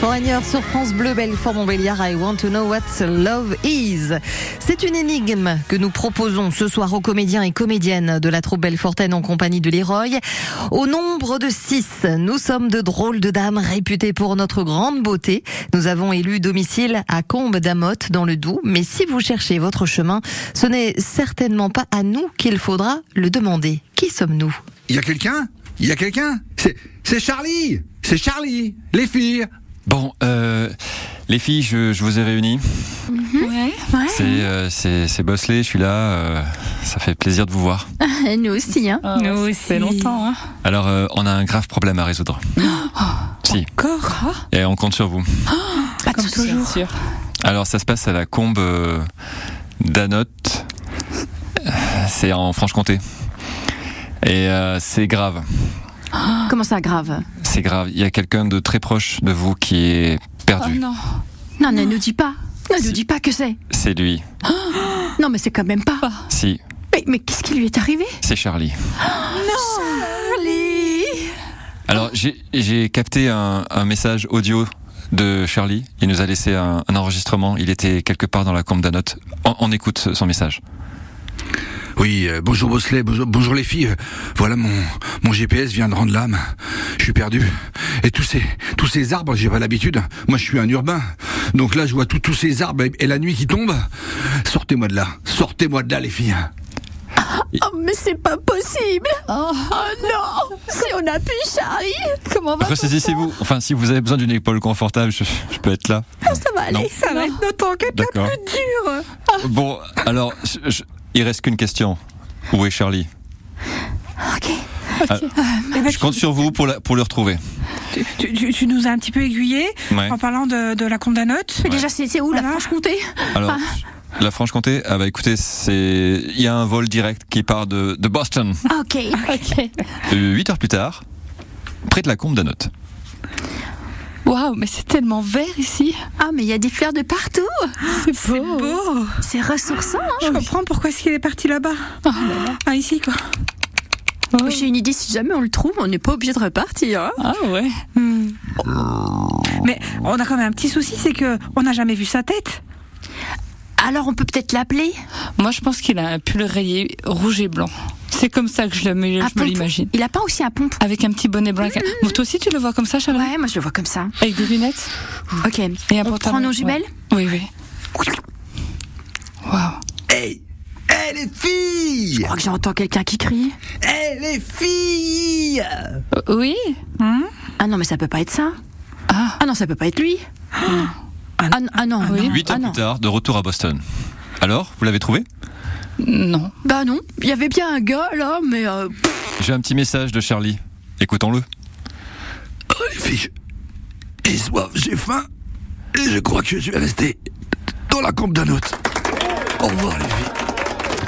Vincent Agneur sur France Bleu, Belfort Montbéliard. I want to know what love is. C'est une énigme que nous proposons ce soir aux comédiens et comédiennes de la troupe Bellefortaine en compagnie de Leroy. Au nombre de six, nous sommes de drôles de dames réputées pour notre grande beauté. Nous avons élu domicile à Combe d'Amotte dans le Doubs. Mais si vous cherchez votre chemin, ce n'est certainement pas à nous qu'il faudra le demander. Qui sommes-nous Il y a quelqu'un Il y a quelqu'un C'est- C'est Charlie C'est Charlie Les filles Bon, euh, les filles, je, je vous ai réunies. Ouais, ouais. C'est euh, c'est- c'est Bosley, je suis là. euh, ça fait plaisir de vous voir. Et nous aussi, hein. Nous aussi. C'est longtemps, hein. Alors, euh, on a un grave problème à résoudre. si, Encore et on compte sur vous. Pas de Comme soucis. toujours. Sûr. Alors, ça se passe à la combe euh, d'Anote. Euh, C'est en Franche-Comté. Et euh, c'est grave. Comment ça grave C'est grave. Il y a quelqu'un de très proche de vous qui est Oh perdu. non. Non, ne nous dis pas. Ne nous dis pas que c'est. c'est lui. Non, mais c'est quand même pas. Si, Mais, mais qu'est-ce qui lui est arrivé c'est Charlie. Charlie Alors j'ai- j'ai capté un, un message audio de Charlie. Il nous a laissé un, un enregistrement. Il était quelque part dans la combe d'Anote. On, on écoute ce- son message. Oui, euh, bonjour Bosley, bonjour, bonjour les filles. Voilà, mon, mon GPS vient de rendre l'âme. Je suis perdu. Et tous ces, tous ces arbres, j'ai pas l'habitude. Moi, je suis un urbain. Donc là, je vois tout- tous ces arbres et, et la nuit qui tombe. Sortez-moi de là. Sortez-moi de là, les filles. Oh, mais c'est pas possible Oh, non Si on appuie Charlie Comment va Ressaisissez-vous. Enfin, si vous avez besoin d'une épaule confortable, je, je peux être là. Ah, Ça va Non. aller, ça va être notre enquête. D'accord. Bon, alors je- je- il reste qu'une question. Où est Charlie Ok. Eh ben, Je compte sur vous pour, la- pour le retrouver. Tu, Eh ben, tu- tu- tu nous as un petit peu aiguillé Ouais. en parlant de, de la condamnote. Mais déjà, c'est c'est où la Voilà. Franche-Comté Alors. La Franche-Comté, ah bah écoutez, c'est il y a un vol direct qui part de, de Boston Ah. Ok. Ok. 8 heures plus tard, près de la combe d'Anote. Waouh, mais c'est tellement vert ici. Ah, mais il y a des fleurs de partout C'est beau. Ah Beau. C'est ressourçant hein. Je comprends pourquoi est-ce qu'il est parti là-bas. Ah, ici, quoi. J'ai une idée, si jamais on le trouve, on n'est pas obligé de repartir. hein. Ah ouais. Hmm. Mais on a quand même un petit souci, c'est que on n'a jamais vu sa tête. Alors, on peut peut-être l'appeler Moi, je pense qu'il a un pull rayé rouge et blanc. C'est comme ça que je le mets- Un je me pompe. l'imagine. Il a pas aussi un pompe Avec un petit bonnet blanc. Bon, toi aussi, tu le vois comme ça, Charlie Ouais, moi je le vois comme ça. Avec des lunettes Ok. et un on pantalon. prend nos Ouais. jumelles Oui, oui. Waouh. Hey! Hey, les filles! Je crois que j'entends quelqu'un qui crie. Hey, les filles! Euh, Oui. Ah non, mais ça peut pas être ça. Ah. non, ça peut pas être lui. Ah, n- ah non, oui. non, 8 heures ah non. plus tard, de retour à Boston. Alors, vous l'avez trouvé Non. Bah non, il y avait bien un gars là, mais euh, pff, J'ai un petit message de Charlie. Écoutons-le. Oh, les filles, j'ai soif, j'ai faim, et je crois que je vais rester dans la combe d'un autre. Au revoir, les filles.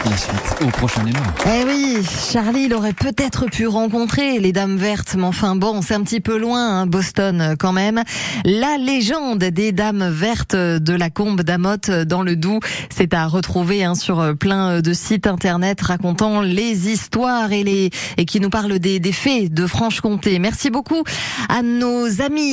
La suite au prochain numéro. Eh oui, Charlie, il aurait peut-être pu rencontrer les Dames Vertes, mais enfin bon, c'est un petit peu loin, hein, Boston euh, quand même. La légende des Dames Vertes euh, de la Combe d'Amotte euh, dans le Doubs, c'est à retrouver hein, sur euh, plein euh, de sites internet racontant les histoires et les et qui nous parlent des, des faits de Franche-Comté. Merci beaucoup à nos amis.